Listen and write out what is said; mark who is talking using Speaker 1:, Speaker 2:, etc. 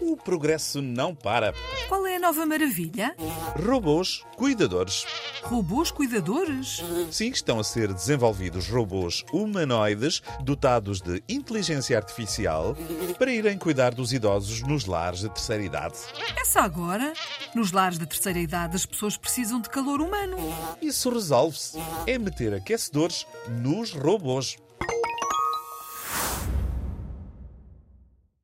Speaker 1: O progresso não para.
Speaker 2: Qual é a nova maravilha?
Speaker 1: Robôs cuidadores.
Speaker 2: Robôs cuidadores?
Speaker 1: Sim, estão a ser desenvolvidos robôs humanoides dotados de inteligência artificial para irem cuidar dos idosos nos lares de terceira idade.
Speaker 2: Essa É agora? Nos lares da terceira idade, as pessoas precisam de calor humano.
Speaker 1: Isso resolve-se. É meter aquecedores nos robôs.